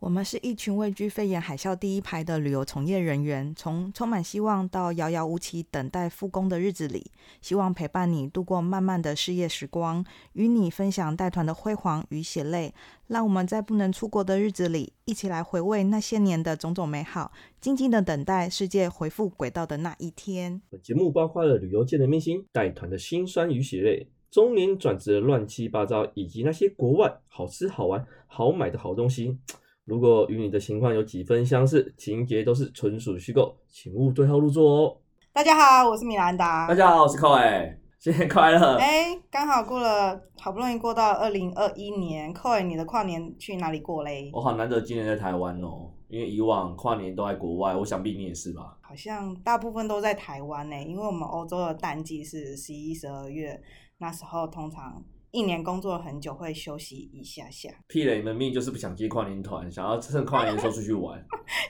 我们是一群位居肺炎海啸第一排的旅游从业人员，从充满希望到遥遥无期等待复工的日子里，希望陪伴你度过漫漫的事业时光，与你分享带团的辉煌与血泪。让我们在不能出国的日子里，一起来回味那些年的种种美好，静静的等待世界回复轨道的那一天。本节目包括了旅游界的明星、带团的辛酸与血泪、中年转职的乱七八糟，以及那些国外好吃好玩好买的好东西。如果与你的情况有几分相似，情节都是纯属虚构，请勿对号入座哦。大家好，我是米兰达。大家好，我是 Coy，新年快乐！哎，刚好过了，好不容易过到二零二一年。c o y 你的跨年去哪里过嘞？我好难得今年在台湾哦，因为以往跨年都在国外，我想必你也是吧？好像大部分都在台湾呢，因为我们欧洲的淡季是十一、十二月，那时候通常一年工作很久会休息一下下， 屁嘞，你们命就是不想接跨年团，想要趁跨年的时候出去玩。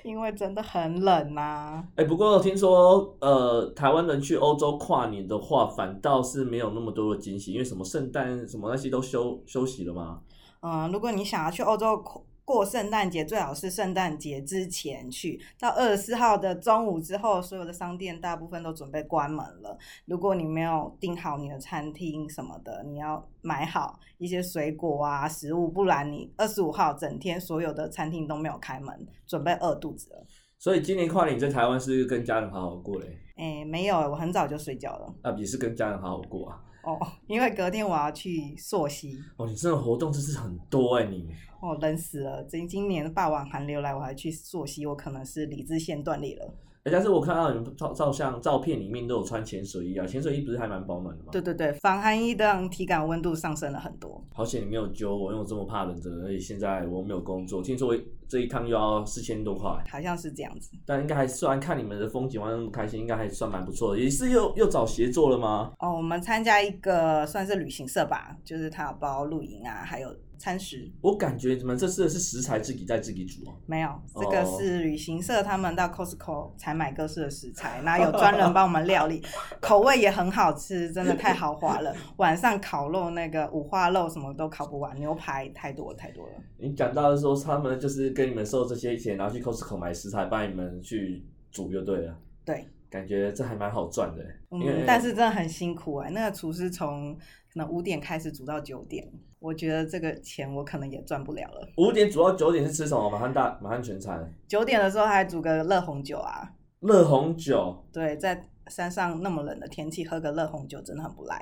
因为真的很冷啊呐、哎、不过听说呃，台湾人去欧洲跨年的话，反倒是没有那么多的惊喜，因为什么圣诞什么那些都休休息了嘛。嗯，如果你想要去欧洲过过圣诞节，最好是圣诞节之前去，到二十四号的中午之后，所有的商店大部分都准备关门了。如果你没有订好你的餐厅什么的，你要买好一些水果啊、食物，不然你二十五号整天所有的餐厅都没有开门，准备饿肚子了。所以今年跨年你在台湾是跟家人好好过嘞，哎，没有，我很早就睡觉了啊，也是跟家人好好过啊。哦，因为隔天我要去溯溪，哦，你真的活动真是很多哎、你。哦，冷死了！今今年的霸王寒流来，我还去溯溪，我可能是理智线断裂了。哎、但是我看到你们照照相照片里面都有穿潜水衣啊，潜水衣不是还蛮保暖的吗？对，对对，防寒衣让体感温度上升了很多。好险你没有揪我，因为我这么怕冷的人，而且现在我没有工作，听说我这一趟又要四千多块，好像是这样子但应该还算看你们的风景玩得那么开心，应该还算蛮不错的。也是又又找协作了吗？哦。我们参加一个算是旅行社吧，就是它有包露营啊，还有餐食。我感觉你们这次的是食材自己带自己煮哦、没有，哦这个是旅行社他们到 Costco 采买各式的食材，那有专 人帮我们料理，口味也很好吃，真的太豪华 了。晚上烤肉那个五花肉什么都烤不完，牛排太多了太多了。你讲到的说他们就是跟你们收这些钱，然后去 Costco 买食材，帮你们去煮就对了。对，感觉这还蛮好赚的、欸因为嗯，但是真的很辛苦哎、那个厨师从可能五点开始煮到九点，我觉得这个钱我可能也赚不了了。五点煮到九点是吃什么？马汉大马汉全餐，九点的时候还煮个热红酒啊，热红酒对，在山上那么冷的天气喝个热红酒真的很不赖。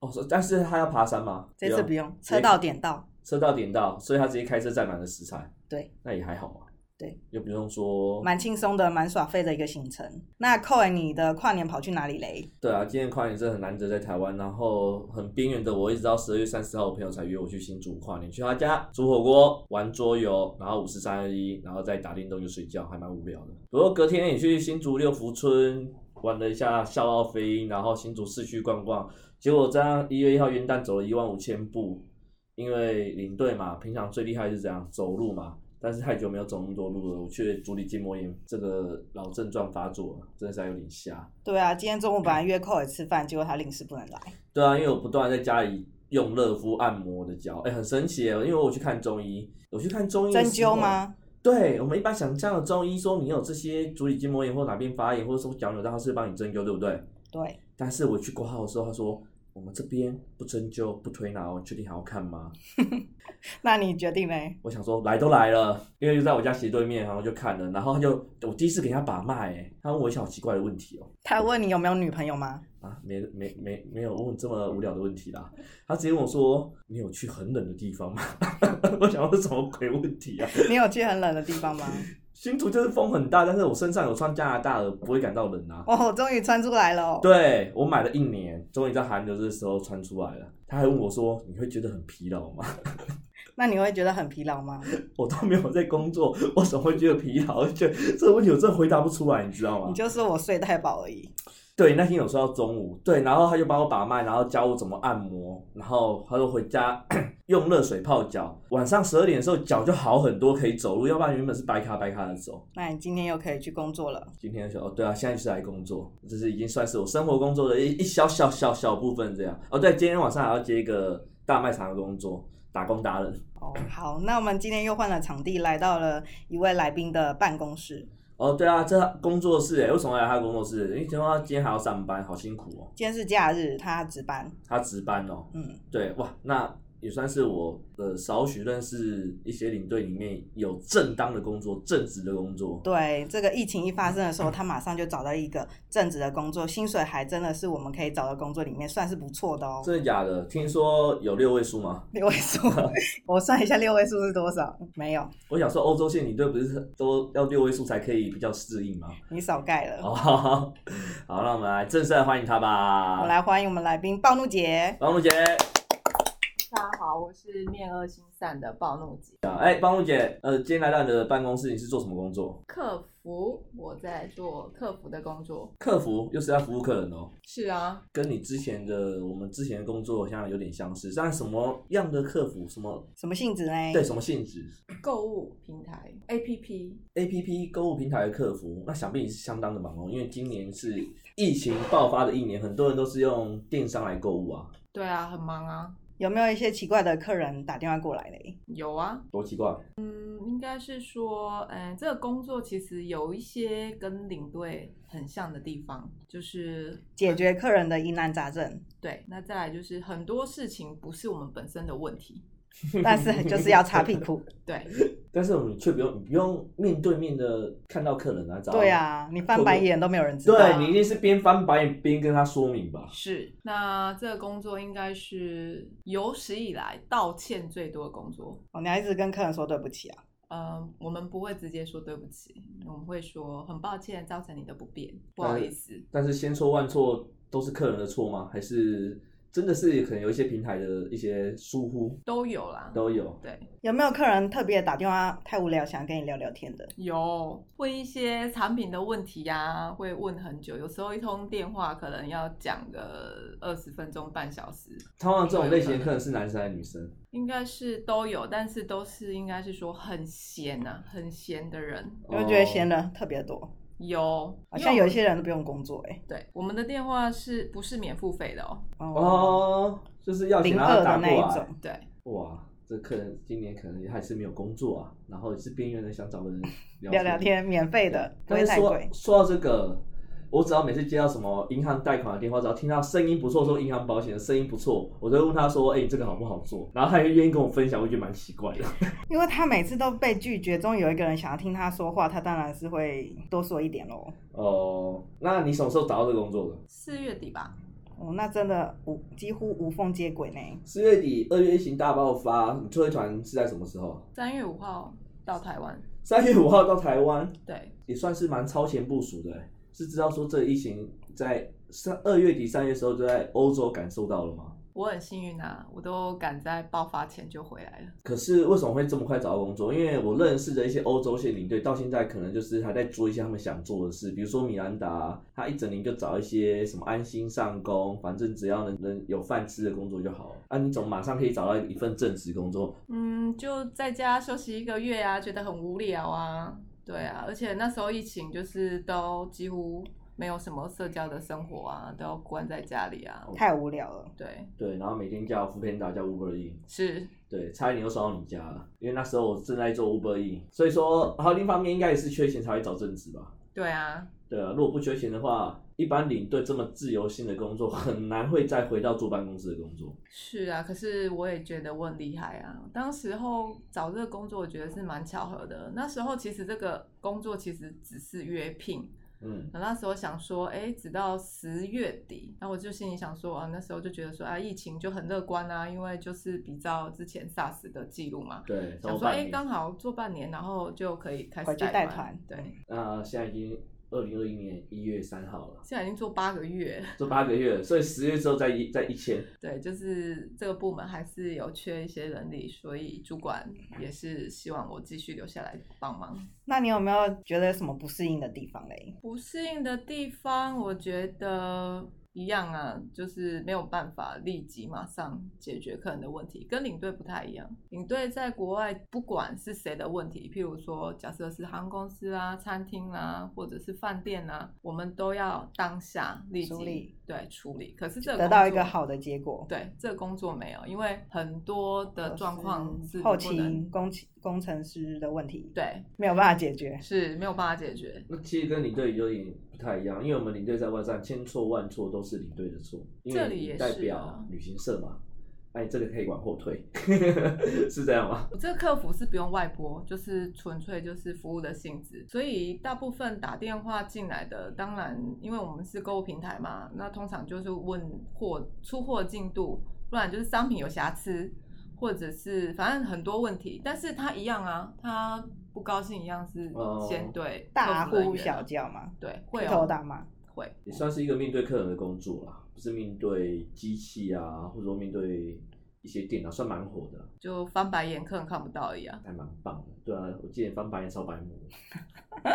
哦，所以但是他要爬山吗？这次不用，直接车到点到，车到点到，所以他直接开车载满了食材，对，那也还好嘛。对，又不用说，蛮轻松的，蛮耍废的一个行程。那寇伟，你的跨年跑去哪里嘞？对啊，今天跨年真的很难得在台湾，然后很边缘的我，一直到十二月三十号，我朋友才约我去新竹跨年，去他家煮火锅、玩桌游，然后五十三二一，然后再打电动就睡觉，还蛮无聊的。不过隔天也去新竹六福村玩了一下笑傲飞鹰，然后新竹市区逛逛，结果这样一月一号元旦走了一万五千步，因为领队嘛，平常最厉害是怎样走路嘛，但是太久没有走那么多路了，我却足底筋膜炎这个老症状发作了，真的是还有点瞎。对啊，今天中午本来约寇伟吃饭，结果他临时不能来。对啊，因为我不断在家里用热敷按摩我的脚，哎、很神奇耶！因为我去看中医，我去看中医的针时候灸？吗？对，我们一般想象的中医说你有这些足底筋膜炎或哪边发炎，或者说脚扭到，他是帮你针灸，对不对？对，但是我去挂号的时候，他说我们这边不针灸不推拿哦，你确定还要看吗？那你决定嘞？我想说来都来了，因为就在我家斜对面，然后就看了，然后他就我第一次给他把脉，哎，他问我一些好奇怪的问题哦、他问你有没有女朋友吗？啊，没没没没有问这么无聊的问题啦。他直接问我说：“你有去很冷的地方吗？” 我想说什么鬼问题啊？你有去很冷的地方吗？新竹就是风很大，但是我身上有穿加拿大的，不会感到冷啊。哦，终于穿出来了哦。对我买了一年，终于在寒流这时候穿出来了。他还问我说：“你会觉得很疲劳吗那你会觉得很疲劳吗？？”我都没有在工作，我怎么会觉得疲劳？而且这个问题我真的回答不出来，你知道吗你？就说我睡太饱而已。对，那天有说到中午，对，然后他就帮我把脉，然后教我怎么按摩，然后他就回家 用热水泡脚，晚上十二点的时候脚就好很多，可以走路，要不然原本是白卡白卡的走。那你今天又可以去工作了。今天就想，哦，对啊，现在就是来工作，这是已经算是我生活工作的一一小小小小部分这样。哦，对，今天晚上还要接一个大卖场的工作，打工达人。哦，好，那我们今天又换了场地，来到了一位来宾的办公室。哦，对啊，这工作室哎，为什么要来他工作室？因为听说他今天还要上班，好辛苦哦。今天是假日，他值班。他值班哦，嗯，对哇，那也算是我的少许认识一些领队里面有正当的工作、正职的工作。对，这个疫情一发生的时候，他马上就找到一个正职的工作，薪水还真的是我们可以找的工作里面算是不错的哦。真的假的？听说有六位数吗？六位数，我算一下六位数是多少？没有，我想说，欧洲线领队不是都要六位数才可以比较适应吗？你少盖了。哦， 好，那我们来正式来欢迎他吧。我来欢迎我们来宾暴怒姐。王璐姐，大家好，我是面恶心散的暴怒姐哎，王璐姐，呃，今天来到你的办公室，你是做什么工作？客服，我在做客服的工作。客服，又是在服务客人哦，是啊，跟你之前的我们之前的工作好像有点相似，但什么样的客服，什么什么性质呢？对什么性质购物平台 APP， ？A P P 购物平台的客服，那想必是相当的忙哦，因为今年是疫情爆发的一年，很多人都是用电商来购物啊，对啊，很忙啊，有没有一些奇怪的客人打电话过来 嘞？有啊，多奇怪！嗯，应该是说，嗯，这个工作其实有一些跟领队很像的地方，就是解决客人的疑难杂 症，对，那再来就是很多事情不是我们本身的问题，但是就是要擦屁 股。 对，但是我们却不用，你不用面对面的看到客人来找。对啊，你翻白眼都没有人知道。对你一定是边翻白眼边跟他说明吧。是，那这个工作应该是有史以来道歉最多的工作，哦，你要一直跟客人说对不起啊。呃，我们不会直接说对不起，我们会说很抱歉造成你的不便，不好意思。但是千错万错都是客人的错吗？还是真的是可能有一些平台的一些疏忽都有啦。都有？对，有没有客人特别打电话太无聊，想跟你聊聊天的？有问一些产品的问题呀、会问很久，有时候一通电话可能要讲个二十分钟、半小时，通常这种类型的客人是男生还是女生？应该是都有，但是都是应该是说很闲呐、很闲的人有没有觉得闲人特别哦多？有，好因为像我有们一些人都不用工作哎、对我们的电话是不是免付费的哦？哦，就是要请零他二打的过那一来。种，对，哇，这客人今年可能还是没有工作啊，然后也是边缘的想 找个人聊聊天，免费的，不但会是太说贵。说到这个，我只要每次接到什么银行贷款的电话，只要听到声音不错，说银行保险的声音不错，我就会问他说：“哎、你这个好不好做？”然后他也愿意跟我分享，我觉得蛮奇怪的。因为他每次都被拒绝，终于有一个人想要听他说话，他当然是会多说一点喽。哦、那你什么时候找到这个工作的？四月底吧，哦，那真的无几乎无缝接轨呢。四月底，二月疫情大爆发，你最后一团是在什么时候？啊三月五号到台湾，三月五号到台湾，对，也算是蛮超前部署的、欸是知道说这疫情在三二月底三月的时候就在欧洲感受到了吗？我很幸运啊，我都赶在爆发前就回来了。可是为什么会这么快找到工作？因为我认识的一些欧洲线领队，到现在可能就是还在做一些他们想做的事，比如说米兰达，啊他一整年就找一些什么安心上工，反正只要能能有饭吃的工作就好了。啊，你总马上可以找到一份正职工作，嗯，就在家休息一个月啊，觉得很无聊啊，对啊，而且那时候疫情就是都几乎没有什么社交的生活啊，都要关在家里啊，太无聊了。对，对，然后每天叫 f o o Panda 叫 Uber E，是对，差一点又送到你家了，因为那时候我正在做 Uber E，所以说，还有另一方面应该也是缺钱才会找正职吧。对啊，对啊，如果不缺钱的话，一般领队这么自由性的工作，很难会再回到坐办公室的工作。是啊，可是我也觉得我很厉害啊。当时候找这个工作，我觉得是蛮巧合的。那时候其实这个工作其实只是约聘，嗯，我那时候想说，哎，直到十月底，然后我就心里想说，啊，那时候就觉得说，啊，疫情就很乐观啊，因为就是比照之前 SARS 的记录嘛，对，上想说，半哎，年。刚好做半年，然后就可以开始回去带带团对，那现在已经二零二一年一月三号了，现在已经做八个月，这八个月了，所以十月之后再一再一千。对，就是这个部门还是有缺一些人力，所以主管也是希望我继续留下来帮忙。那你有没有觉得有什么不适应的地方嘞？不适应的地方，我觉得一样啊，就是没有办法立即马上解决客人的问题，跟领队不太一样。领队在国外不管是谁的问题，譬如说假设是航空公司啊、餐厅啊，或者是饭店啊，我们都要当下立即处理对处理。可是这得到一个工作好的结果。对，这个工作没有，因为很多的或状况是是后不能勤工期工程师的问题，，对没有办法解决。是没有办法解决。那其实跟领队有点不太一样，因为我们领队在外站千错万错都是领队的错，因这为里也你是代表啊旅行社嘛，哎，这个可以往后退， 是这样吗？我这个客服是不用外拨，就是纯粹就是服务的性质，所以大部分打电话进来的，当然因为我们是购物平台嘛，那通常就是问货出货进度，不然就是商品有瑕疵，或者是反正很多问题，但是他一样啊，他不高兴一样是哦先对大客服人呼员小啊叫嘛，对会劈有头大骂。会。也算是一个面对客人的工作啦，不是面对机器啊，或者说面对一些电脑，算蛮火的啦，就翻白眼，客人看不到一样。还蛮棒的。对啊，我记得翻白眼超白目的，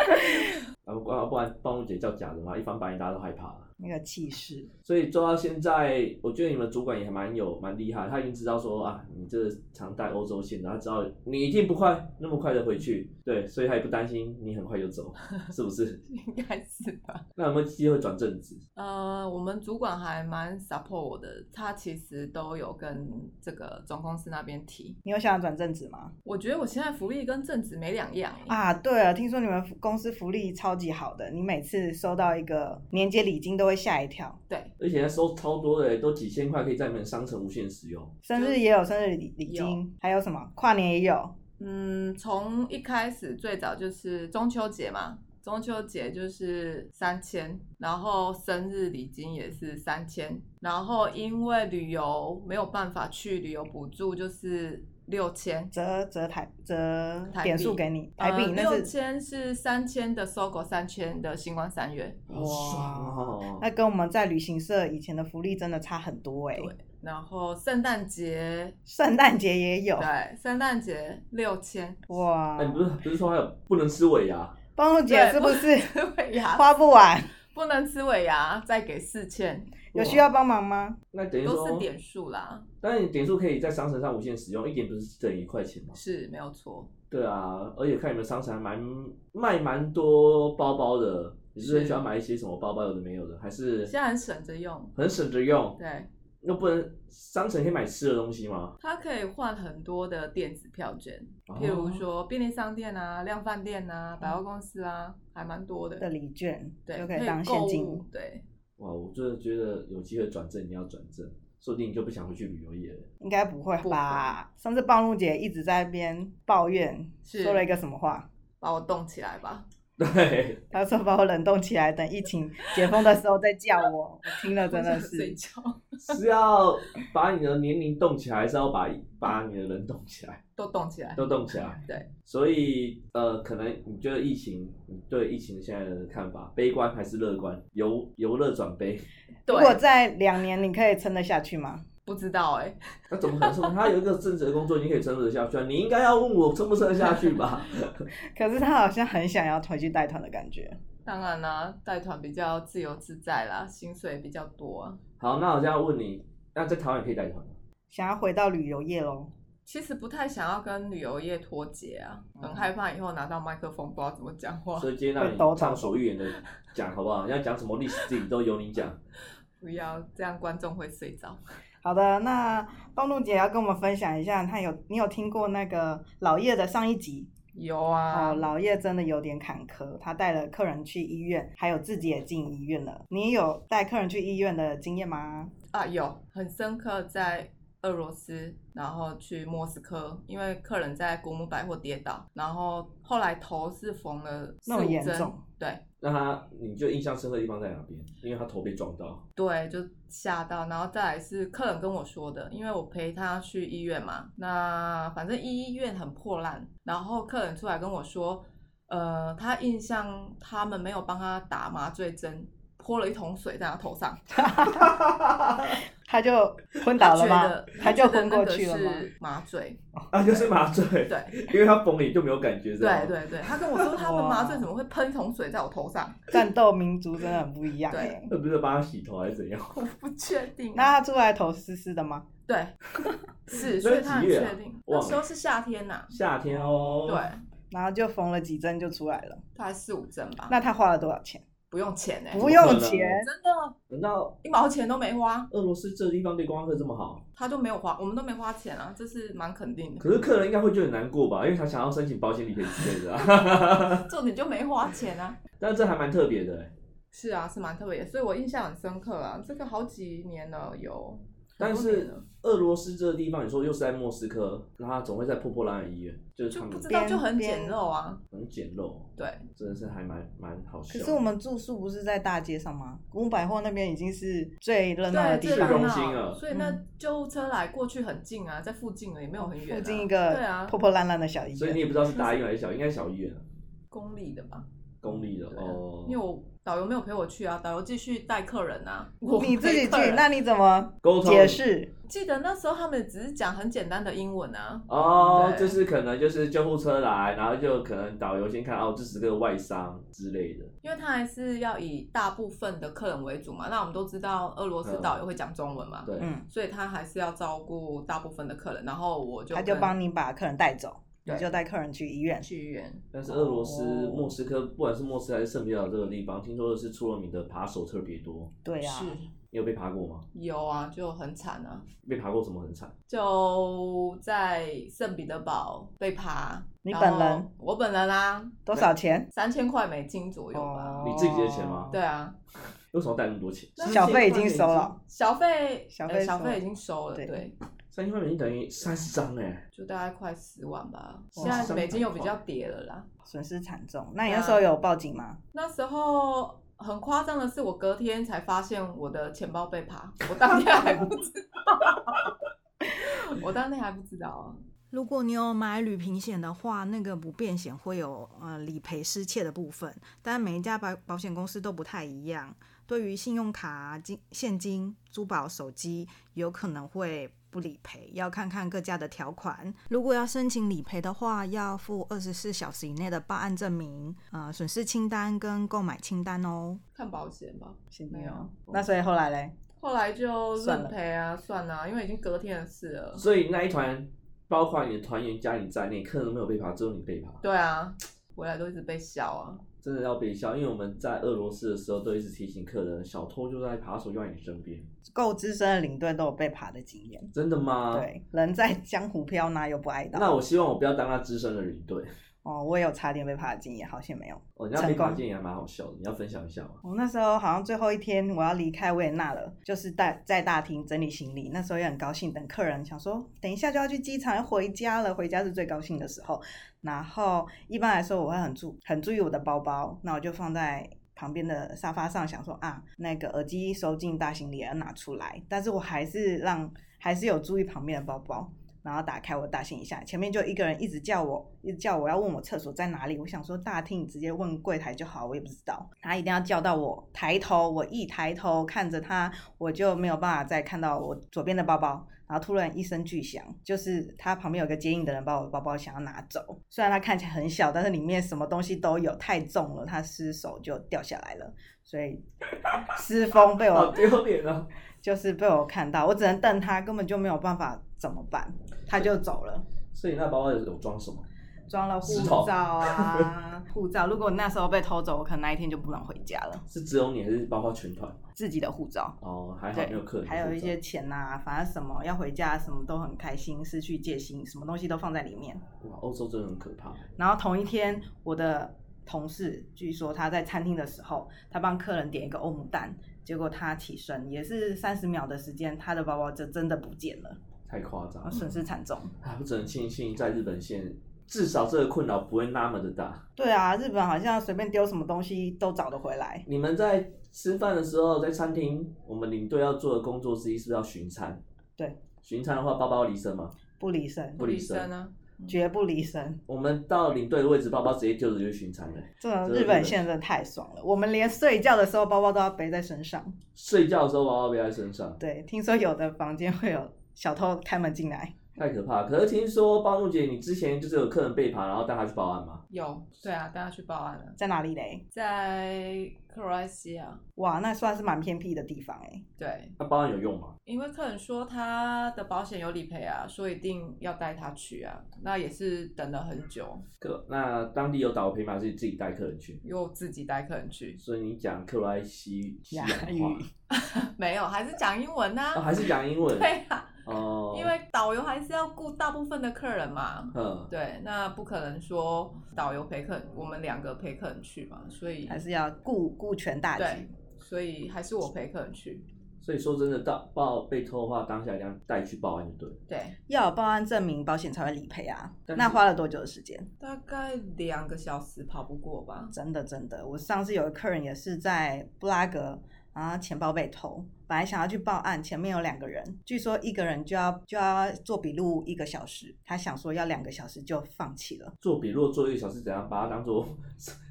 啊不啊不然帮我姐叫假的嘛，一翻白眼大家都害怕了。那个气势，所以做到现在，我觉得你们主管也还蛮有蛮厉害，他已经知道说啊，你这常带欧洲线的，他知道你一定不快那么快的回去，对，所以他也不担心你很快就走，是不是？ 应该是吧。那有没有机会转正职？呃，我们主管还蛮 support 我的，他其实都有跟这个总公司那边提。你有想要转正职吗？我觉得我现在福利跟正职没两样欸，啊，对了，听说你们福公司福利超级好的，你每次收到一个年节礼金都会吓一跳，对，而且那收超多的，都几千块，可以在你们商城无限使用。生日也有生日礼礼金，还有什么跨年也有，嗯，从一开始最早就是中秋节嘛，中秋节就是三千，然后生日礼金也是三千，然后因为旅游没有办法去旅游补助就是六千，折折台折台点数币呃给你台币，那六是千是三千的搜狗，三千的星光三月，好爽哦！那跟我们在旅行社以前的福利真的差很多哎、对然后圣诞节，圣诞节也有对，圣诞节六千，哇哎、，你不是不是说还有不能吃尾牙？帮我姐对是不是 不能吃尾牙 花不完？不能吃尾牙，再给四千，有需要帮忙吗？那等于都是说，点数啦，当然你点数可以在商城上无限使用，一点不是等于一块钱吗？是没有错，对啊，而且看你们商城还蛮卖蛮多包包的，你是不是很喜欢买一些什么包包有的没有的，还是现在很省着用，很省着用？对，那不能商城可以买吃的东西吗？它可以换很多的电子票券，哦譬如说便利商店啊、量贩店啊、百货公司啊，还蛮多的的，礼券对，就可以当购现物金。对，哇，我真的觉得有机会转正，你要转正，说不定你就不想回去旅游业了。应该不会吧？上次暴露姐一直在那边抱怨，是说了一个什么话？把我冻起来吧。对。她说把我冷冻起来，等疫情解封的时候再叫我。我听了哦真的 我想是，睡觉。是要把你的年龄冻起来，还是要把把你的人冻起来，都动起来。都冻起来。对，所以呃，可能你觉得疫情，你对疫情现在的看法，悲观还是乐观？由由乐转悲，如果对，在两年你可以撑得下去吗？不知道哎、那怎么可能说他有一个正职的工作，你可以撑得下去啊？你应该要问我撑不撑得下去吧？ 可是她好像很想要回去带团的感觉。当然啦、带团比较自由自在啦，薪水比较多啊。好，那我现在问你，那在台湾也可以带团吗？想要回到旅游业喽，其实不太想要跟旅游业脱节啊，很嗯害怕以后拿到麦克风不知道怎么讲话所。以今天让会抖你抖畅所欲言的讲好不好？你要讲什么历史自己都由你讲。不要这样，观众会睡着。好的，那暴露姐要跟我们分享一下，她有你有听过那个老叶的上一集有啊，哦，老叶真的有点坎坷，他带了客人去医院，还有自己也进医院了。你有带客人去医院的经验吗？啊，有很深刻在俄罗斯，然后去莫斯科，因为客人在古姆百货跌倒，然后后来头是缝了四那么五严针重，对那他你就印象深刻的地方在哪边？因为他头被撞到。对，就吓到，然后再来是客人跟我说的，因为我陪他去医院嘛，那反正医院很破烂，然后客人出来跟我说，呃，他印象他们没有帮他打麻醉针，泼了一桶水在他头上，他就昏倒了觉吗得？他就觉得昏那过个去了吗？是麻醉，啊，就是麻醉，对，因为他缝里就没有感觉，哦这样对，对对，他跟我说他们麻醉怎么会喷桶水在我头上，战斗民族真的很不一样对哎。那不是帮他洗头还是怎样？ 我不确定。啊那他出来头湿湿的吗？对， 是，那所以他很几月啊确定。忘那了时候是夏天呐，夏天哦，对，，然后就缝了几针就出来了。大概四五针吧，那他花了多少钱？不用钱哎，不用钱，真的难道一毛钱都没花，俄罗斯这地方对观光客这么好？他都没有花，我们都没花钱啊，这是蛮肯定的。可是客人应该会觉得很难过吧，因为他想要申请保险理赔之类的、啊。 重点就没花钱啊。但是这还蛮特别的欸，是啊，是蛮特别的，所以我印象很深刻啊。这个好几年了，有。很但多年是了俄罗斯这个地方，你说又是在莫斯科，那他总会在破破烂烂的医院，就是就他们不知道就很边简陋啊。很简陋，对，真的是还蛮蛮好笑可的。是我们住宿不是在大街上吗？古姆百货那边已经是最热闹的地对，这最方容易热了，中心啊闹。所以那嗯救护车来过去很近啊，在附近了，也没有很远啊。附近一对个啊破破烂烂的小医所以你院。也不知道是大医院还是小，应该是小医院啊，公立的吧，公立的对啊哦。因为我导游没有陪我去啊，导游继续带客人啊。我你自己陪客去，人那你怎么沟通解释？记得那时候他们只是讲很简单的英文啊。哦，对就是可能就是救护车来，然后就可能导游先看哦，这是个外伤之类的。因为他还是要以大部分的客人为主嘛，那我们都知道俄罗斯导游会讲中文嘛，对，嗯，所以他还是要照顾大部分的客人，然后我就他就跟帮你把客人带走，对你就带客人去医院。去医院，但是俄罗斯、哦莫斯科，不管是莫斯科还是圣彼得堡这个地方，听说的是出了名的扒手特别多。对啊呀、是你有被扒过吗？有啊，就很惨啊，被扒过什么很惨？就在圣彼得堡被爬，你然后本人我本人啊，多少钱？三千块美金左右吧，哦你自己的钱吗？对啊，为什么要带那么多钱？小费已经收了，小费小呃费小收费已经收了，对对，三千块美金等于三十张哎，就大概快十万吧，哇现在三美金又百比块较跌了啦。损失惨重。那你啊那时候有报警吗？那时候很夸张的是，我隔天才发现我的钱包被扒，我当天还不知道， 我当天还不知道啊。如果你有买旅行险的话，那个不变险会有呃理赔失窃的部分，但每一家保保险公司都不太一样。对于信用卡啊、金现金、珠宝、手机，有可能会不理赔，要看看各家的条款。如果要申请理赔的话，要附二十四小时以内的报案证明、呃损失清单跟购买清单哦。看保险吧，没有。那所以后来嘞，后来就算了认赔啊，算啦、因为已经隔天的事了。所以那一团包括你的团员加你在内，客人都没有被扒，只有你被扒，对啊，回来都一直被笑啊。真的要被笑。因为我们在俄罗斯的时候都一直提醒客人，小偷就在扒手就在你身边。够资深的领队都有被爬的经验。真的吗？。对，人在江湖飘，哪有不挨啊那打？我希望我不要当他资深的领队。哦，我也有差点被爬的经验，好险没有。哦，人家成被功发现也还蛮好笑的，你要分享一下吗？我那时候好像最后一天我要离开维也纳了，就是在在大厅整理行李。那时候也很高兴，等客人想说等一下就要去机场要回家了，回家是最高兴的时候。然后一般来说我会很注很注意我的包包，那我就放在旁边的沙发上，想说啊那个耳机收进大行李也要拿出来，但是我还是让还是有注意旁边的包包。然后打开我的大行李箱，前面就一个人一直叫我，一直叫我要问我厕所在哪里。我想说大厅直接问柜台就好，我也不知道。他一定要叫到我抬头，我一抬头看着他，我就没有办法再看到我左边的包包。然后突然一声巨响，就是他旁边有个接应的人把我的包包想要拿走。虽然它看起来很小，但是里面什么东西都有，太重了，他失手就掉下来了。所以失风被好我丢脸啊！就是被我看到，我只能瞪他，根本就没有办法怎么办，他就走了。所以那包包有有装什么？装了护石头照啊，护照。如果那时候被偷走，我可能那一天就不能回家了。是只有你还是包括全团？自己的护照，哦，还好对没有客人。还有一些钱呐、反正什么要回家，什么都很开心，失去戒心，什么东西都放在里面。哇，欧洲真的很可怕。然后同一天，我的同事据说他在餐厅的时候，他帮客人点一个欧姆蛋，结果他起身也是三十秒的时间，他的包包就真的不见了，太夸然张后了，哦损失惨重。啊！我只能庆幸在日本县，至少这个困扰不会那么的大。对啊，日本好像随便丢什么东西都找得回来。你们在吃饭的时候，在餐厅，我们领队要做的工作之一是不是要巡餐？对，巡餐的话，包包离身嘛。不离身，不离身啊，绝不离身。我们到领队的位置，包包直接丢着就去巡餐了。这种这日日本本现在真的太爽了，我们连睡觉的时候包包都要背在身上。睡觉的时候包包背在身上，对，听说有的房间会有小偷开门进来，太可怕了。可是听说暴怒姐，你之前就是有客人被扒，然后带他去报案吗？有，对啊，带他去报案了，在哪里嘞？在克罗埃西亚。哇，那算是蛮偏僻的地方哎、对，那报案有用吗？因为客人说他的保险有理赔啊，说一定要带他去啊，那也是等了很久，可那当地有导游陪吗？还是自己带客人去？又自己带客人去，所以你讲克罗埃西西亚亚话语， 没有，还是讲英文呐、啊还是讲英文？ 对啊，哦，因为导游还是要顾大部分的客人嘛。嗯，对，那不可能说导游陪客人，我们两个陪客人去嘛，所以还是要顾顾全大局对。，所以还是我陪客人去。所以说真的，到报被偷的话，当下一定要带去报案就对了。对，要有报案证明，保险才会理赔啊。但是那花了多久的时间？大概两个小时跑不过吧。真的真的，我上次有个客人也是在布拉格，然后钱包被偷，本来想要去报案，前面有两个人，据说一个人就要就要做笔录一个小时，他想说要两个小时就放弃了，做笔录做一个小时，怎样把它当做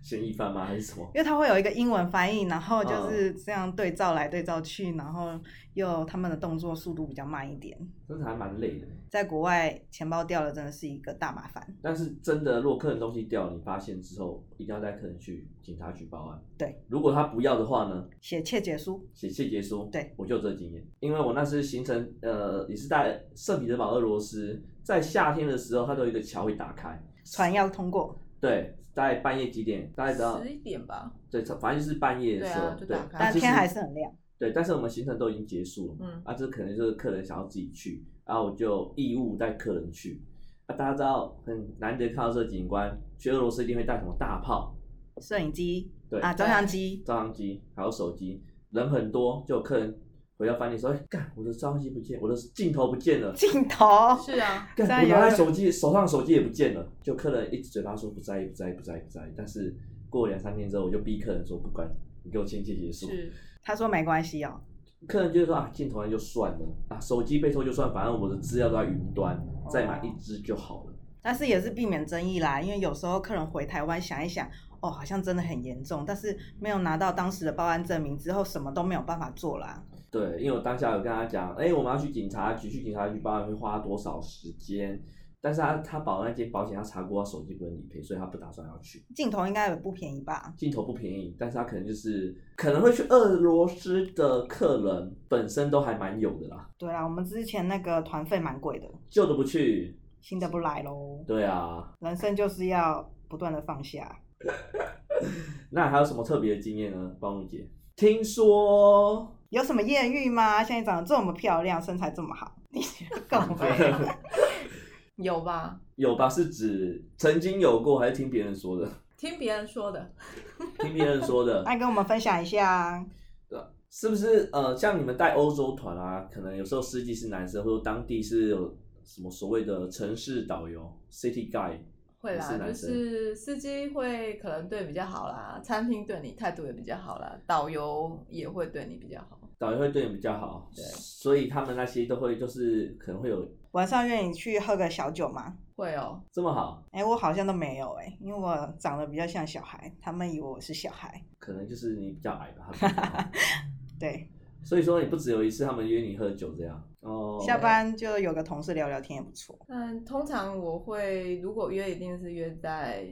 嫌疑犯吗？还是什么？因为他会有一个英文翻译，然后就是这样对照来对照去，然后又他们的动作速度比较慢一点，真的还蛮累的。在国外钱包掉了真的是一个大麻烦，但是真的，如果客人东西掉了，你发现之后，一定要带客人去警察局报案。对，如果他不要的话呢，写切结书，写谢结书。对，我就有这经验，因为我那次行程，呃，也是在圣彼得堡，俄罗斯，在夏天的时候，它都有一个桥会打开。船要通过，对，在半夜几点？大概知道十，一点吧，对，反正就是半夜的对时候，啊就对打开。但其实天还是很亮。对，但是我们行程都已经结束了嘛，嗯啊，这可能就是客人想要自己去，然、后我就义务带客人去。啊，大家知道很难得看到这个景观，去俄罗斯一定会带什么大炮、摄影机，对啊，照相机， 照相机，还有手机，人很多，就有客人回到饭店说：“哎，干，我的照相机不见，我的镜头不见 了，镜头，是 啊，干，加我拿油在手机手上手机也不见了。”就客人一直嘴巴说不在意，不在意，不在意，不在意。但是过两三天之后，我就逼客人说：“不管，你给我签切结束。”是他说没关系哦，客人就会说啊，镜头那就算了啊，手机被偷就算，反正我的资料都在云端，再买一只就好了。但是也是避免争议啦，因为有时候客人回台湾想一想，哦，好像真的很严重，但是没有拿到当时的报案证明之后，什么都没有办法做啦。对，因为我当下有跟他讲，哎、我们要去警察局，去警察局报案会花多少时间？但是他他保那间保险，他查过他手机不能理赔，所以他不打算要去。镜头应该也不便宜吧？镜头不便宜，但是他可能就是可能会去俄罗斯的客人本身都还蛮有的啦，对啦，我们之前那个团费蛮贵的，旧的不去。新的不来喽。对啊，人生就是要不断的放下。那还有什么特别的经验呢？帮我姐，听说有什么艳遇吗？像你长得这么漂亮，身材这么好，你够呗？有吧？ 有吧？是指曾经有过，还是听别人说的？听别人说的，听别人说的，来跟我们分享一下啊。是不是？呃，像你们带欧洲团啊，可能有时候司机是男生，或者当地是有什么所谓的城市导游 （city guide）。会是啦，男就生是司机会可能对你比较好啦，餐厅对你态度也比较好啦，导游也会对你比较好。导游会对你比较好，对所以他们那些都会就是可能会有晚上约你去喝个小酒吗？会哦，这么好，哎、我好像都没有哎、因为我长得比较像小孩，他们以为我是小孩。可能就是你比较矮吧。他们比 较矮对，所以说你不只有一次他们约你喝酒这样哦。下班就有个同事聊聊天也不错。但嗯通常我会如果约，一定是约在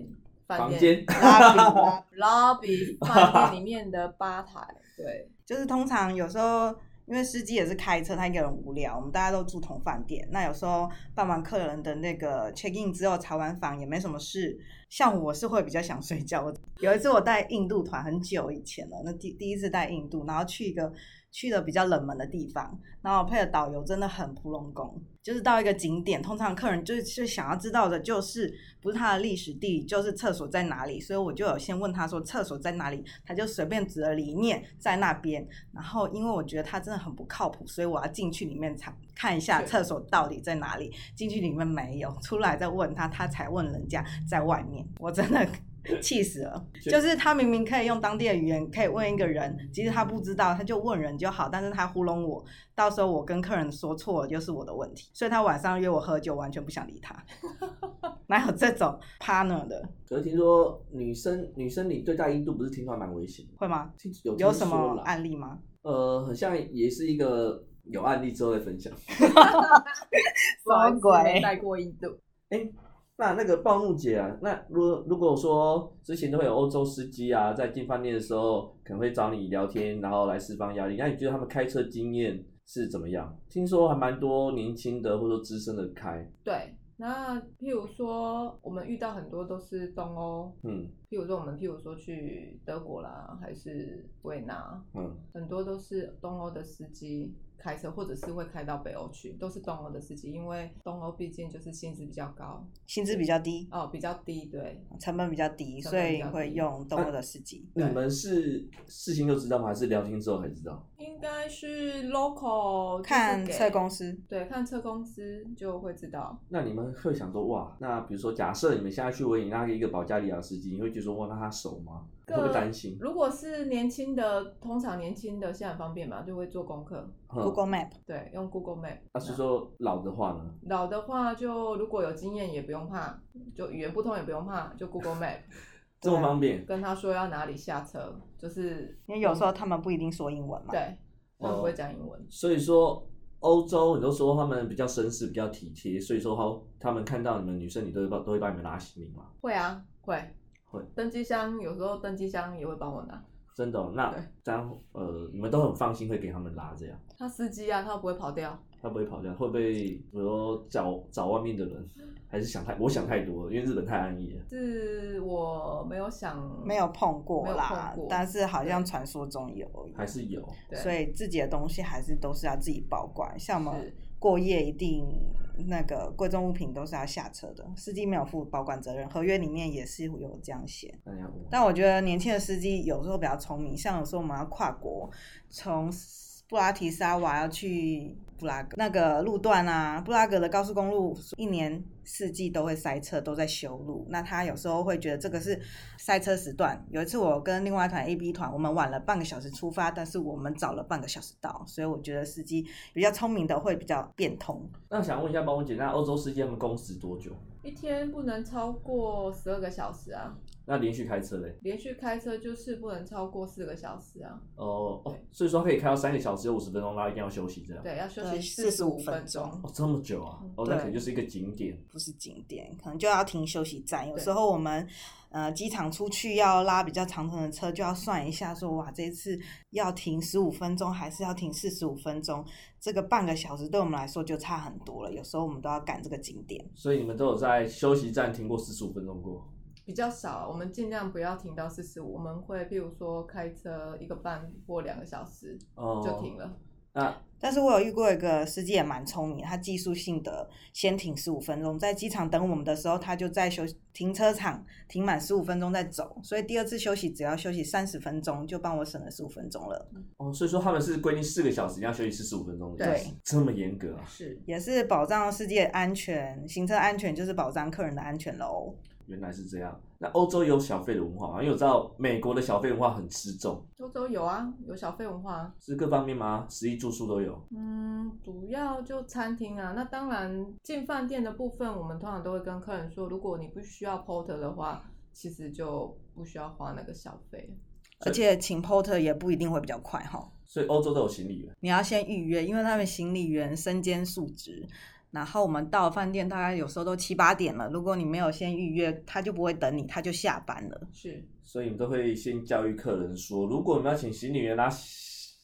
饭房店间拉比拉， lobby 饭店里面的吧台。对，就是通常有时候因为司机也是开车，他一个人无聊，我们大家都住同饭店。那有时候办完客人的那个 check in 之后，查完房也没什么事。像我是会比较想睡觉。我有一次我带印度团，很久以前了，那第第一次带印度，然后去一个去了比较冷门的地方，然后我配的导游真的很扑龙宫，就是到一个景点，通常客人就是就想要知道的就是不是它的历史地理，就是厕所在哪里，所以我就有先问他说厕所在哪里，他就随便指了里面在那边，然后因为我觉得他真的很不靠谱，所以我要进去里面查看一下对厕所到底在哪里，进去里面没有，出来再问他，他才问人家在外面，我真的 气死了！就是他明明可以用当地的语言，可以问一个人，即使他不知道，他就问人就好，但是他糊弄我，到时候我跟客人说错了，就是我的问题。所以他晚上约我喝酒，完全不想理他。 哪有这种 partner 的？可是听说女生女生你对待硬度不是听说还蛮危险的，会吗？听有有有什么案例吗？呃，很像也是一个有案例之后再分享。什么不好意思鬼没带过印度，那那个暴怒姐啊，那如果如果说之前都会有欧洲司机啊，在进饭店的时候可能会找你聊天，然后来释放压力。那你觉得他们开车经验是怎么样？听说还蛮多年轻的或者说资深的开，对。那譬如说，我们遇到很多都是东欧，嗯譬如说我们譬如说去德国啦，还是维也纳，嗯，很多都是东欧的司机开车，或者是会开到北欧去，都是东欧的司机，因为东欧毕竟就是薪资比较高薪资比较低，哦，比较低，对，成本比较低，成所本比以较低会用动物的司机。你对们是事先就知道吗？还是聊天之后才知道？应该是 local 呃就是看给车公司，对，看车公司就会知道。那你们会想说哇，那比如说假设你们现在去维也纳一个保加利亚司机，你会觉得说哇，那他熟吗？会个不会担心？如果是年轻的，通常年轻的现在很方便嘛，就会做功课， Google Map 对，用 Google Map。嗯那啊是说老的话呢？老的话就如果有经验也不用怕，就语言不通也不用怕，就 Google Map 这么方便？跟他说要哪里下车，就是因为有时候他们不一定说英文嘛。对，他们哦不会讲英文。所以说，欧洲你都说他们比较绅士，比较体贴，所以说他他们看到你们女生，你都会帮都会帮你们拿行李嘛？会啊，会。会登机箱有时候登机箱也会帮我拿，真的哦、那对这样呃，你们都很放心会给他们拉这样，他司机啊，他不会跑掉。他不会跑掉，会不会比如说找找外面的人，还是想太我想太多了，因为日本太安逸了。是我没有想，没有碰过没有啦碰过，但是好像传说中有而已还是有，对，所以自己的东西还是都是要自己保管。像我们是过夜一定那个贵重物品都是要下车的，司机没有负保管责任，合约里面也是有这样写。那你哦要我但我觉得年轻的司机有时候比较聪明，像有时候我们要跨国，从布拉提沙瓦要去布拉格，那个路段啊，布拉格的高速公路一年四季都会塞车，都在修路。那他有时候会觉得这个是塞车时段。有一次我跟另外一团 A B 团，我们晚了半个小时出发，但是我们早了半个小时到，所以我觉得司机比较聪明的会比较变通。那想问一下，帮我姐，那欧洲司机他们工时多久？一天不能超过十二个小时啊，那连续开车嘞？连续开车就是不能超过四个小时啊。哦哦对，所以说可以开到三个小时有五十分钟，然后一定要休息这样。对，要休对息四十45五分分钟钟。哦，这么久啊！哦，那对可能就是一个景点。不是景点，可能就要停休息站。有对时候我们呃机场出去要拉比较长程的车，就要算一下说哇，这次要停十五分钟还是要停四十五分钟？这个半个小时对我们来说就差很多了。有时候我们都要赶这个景点。所以你们都有在休息站停过四十五分钟过？比较少，我们尽量不要停到四十五，我们会譬如说开车一个半或两个小时哦就停。了。那但是我有遇过一个司机也蛮聪明，他技术性的先停十五分钟，在机场等我们的时候，他就在休息停车场停满十五分钟再走，所以第二次休息只要休息三十分钟，就帮我省了十五分钟了。哦，所以说他们是规定四个小时一定要休息四十五分钟的，对，这么严格啊？是，也是保障司机的安全，行车安全就是保障客人的安全喽。原来是这样。那欧洲有小费的文化吗？因为我知道美国的小费文化很吃重，欧洲有啊，有小费文化啊。是各方面吗？食衣住宿都有。嗯，主要就餐厅啊。那当然，进饭店的部分，我们通常都会跟客人说，如果你不需要 porter 的话，其实就不需要花那个小费。而且请 porter 也不一定会比较快哈，所以欧洲都有行李员。你要先预约，因为他们行李员身兼数职。然后我们到饭店大概有时候都七八点了，如果你没有先预约，他就不会等你，他就下班了。是，所以你们都会先教育客人说，如果你们要请行李员拿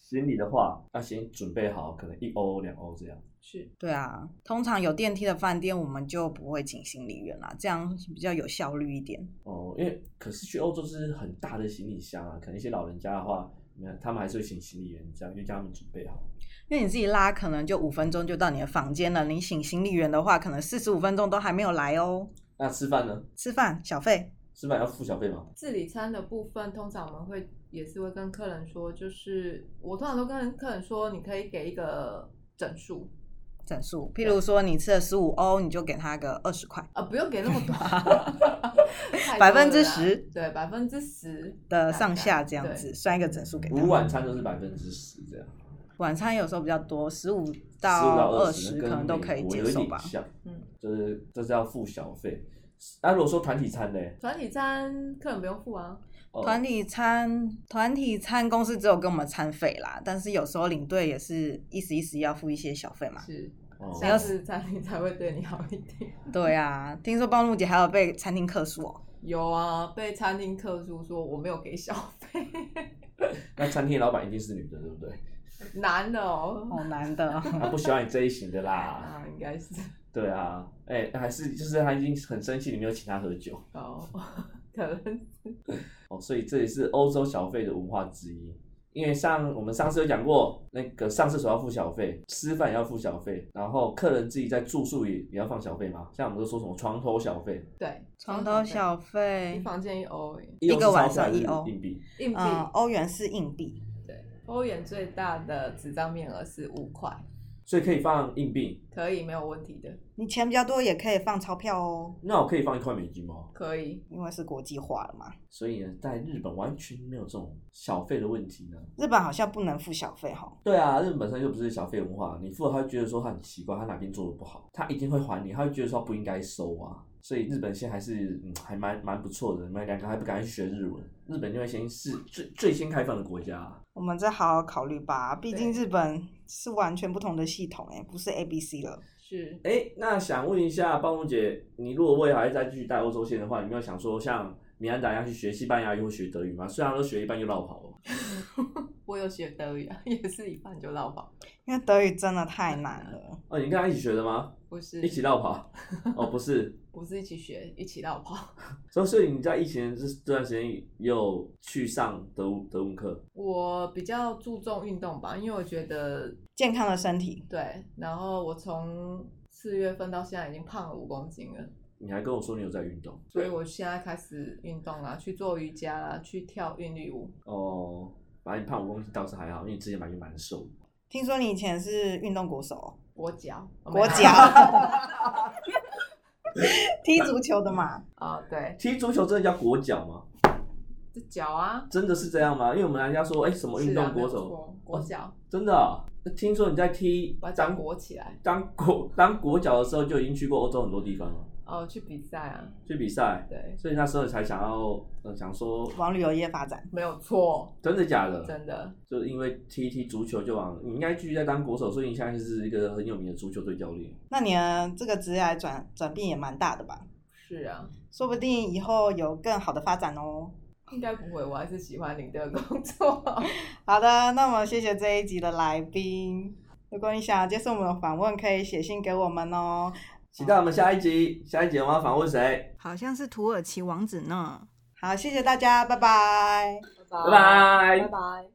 行李的话，要先准备好，可能一欧两欧这样。是，对啊，通常有电梯的饭店我们就不会请行李员啦，这样比较有效率一点。哦，因为可是去欧洲是很大的行李箱啊，可能一些老人家的话，那他们还是会请行李员这样，因为叫他们准备好。因为你自己拉可能就五分钟就到你的房间了，你请行李员的话，可能四十五分钟都还没有来哦。那吃饭呢？吃饭小费，吃饭要付小费吗？自理餐的部分，通常我们会也是会跟客人说，就是我通常都跟客人说，你可以给一个整数，整数。譬如说你吃了十五欧，你就给他个二十块啊，不用给那么多，太多了啦 百分之十，对，百分之十的上下这样对子，算一个整数给他。午晚餐都是百分之十这样，晚餐有时候比较多，十五15到二20十可跟能都可以美国接有受点吧。像嗯，就是这是要付小费。那如果说团体餐呢？团体餐客人不用付啊，哦团体餐，团体餐公司只有给我们餐费啦，但是有时候领队也是一时一时要付一些小费嘛。是哦下次餐厅才会对你好一点。对啊，听说暴露姐还有被餐厅客诉哦。有啊，被餐厅客诉说我没有给小费，那餐厅老板一定是女的，对不对？男的哦，好难的哦，他不喜欢你这一型的啦。啊，应该是对啊，哎、还是就是他已经很生气，你没有请他喝酒哦， 可能哦，所以这也是欧洲小费的文化之一。因为上我们上次有讲过，那个上厕所要付小费，吃饭也要付小费，然后客人自己在住宿也也要放小费嘛。像我们都说什么床头小费，对，床头小一费，房间一欧而已一个欧是晚钞票上一还是欧硬币，硬币，嗯，欧元是硬币，欧元最大的纸张面额是五块，所以可以放硬币。可以没有问题的，你钱比较多也可以放钞票哦，那我可以放一块美金吗？可以。因为是国际化了嘛。所以呢，在日本完全没有这种小费的问题呢。日本好像不能付小费哈，对啊，日本本身就不是小费文化，你付了他会觉得说他很奇怪，他哪边做的不好，他一定会还你，他会觉得说他不应该收啊。所以日本现在还是嗯还蛮蛮不错的，蛮两个还不敢学日文，日本因为先是最最先开放的国家啊，我们再好好考虑吧。毕竟对日本是完全不同的系统、哎，不是 A B C 了。是哎，那想问一下包龙姐，你如果未来再继续带欧洲线的话，你有没有想说像米安达一样去学西班牙语或学德语吗？虽然都学一半又绕跑了。我有学德语啊， 也是一半就落跑，因为德语真的太难了，哦，你跟他一起学的吗？不是一起绕跑？哦，不是。 不是一起学，一起落跑。所以，所以你在疫情这这段时间也有去上德文德文课，我比较注重运动吧，因为我觉得健康的身体，对，然后我从四月份到现在已经胖了五公斤了，你还跟我说你有在运动，所以我现在开始运动啦，去做瑜伽啦，去跳韵律舞。哦，反正你胖五公斤倒是还好，因为你之前本来就蛮瘦的。听说你以前是运动国手哦，国脚，国脚 踢足球的嘛。啊、对，踢足球真的叫国脚吗？这脚啊，真的是这样吗？因为我们人家说，哎、什么运是啊动国没有手，错国脚，真的啊、听说你在踢把脚当裹起来，当国当国脚的时候就已经去过欧洲很多地方了，哦，去比赛啊，去比赛，对，所以那时候才想要，呃，想说往旅游业发展，没有错，真的假的？真的，就是因为踢一踢足球就往，你应该继续在当国手，所以你现在是一个很有名的足球队教练。那你的这个职业转转变也蛮大的吧？是啊，说不定以后有更好的发展哦。应该不会，我还是喜欢你的工作。好的，那我们谢谢这一集的来宾。如果你想要接受我们的访问，可以写信给我们哦。期待我们下一集，下一集我们要访问谁？好像是土耳其王子呢。好，谢谢大家，拜拜。拜拜拜拜拜。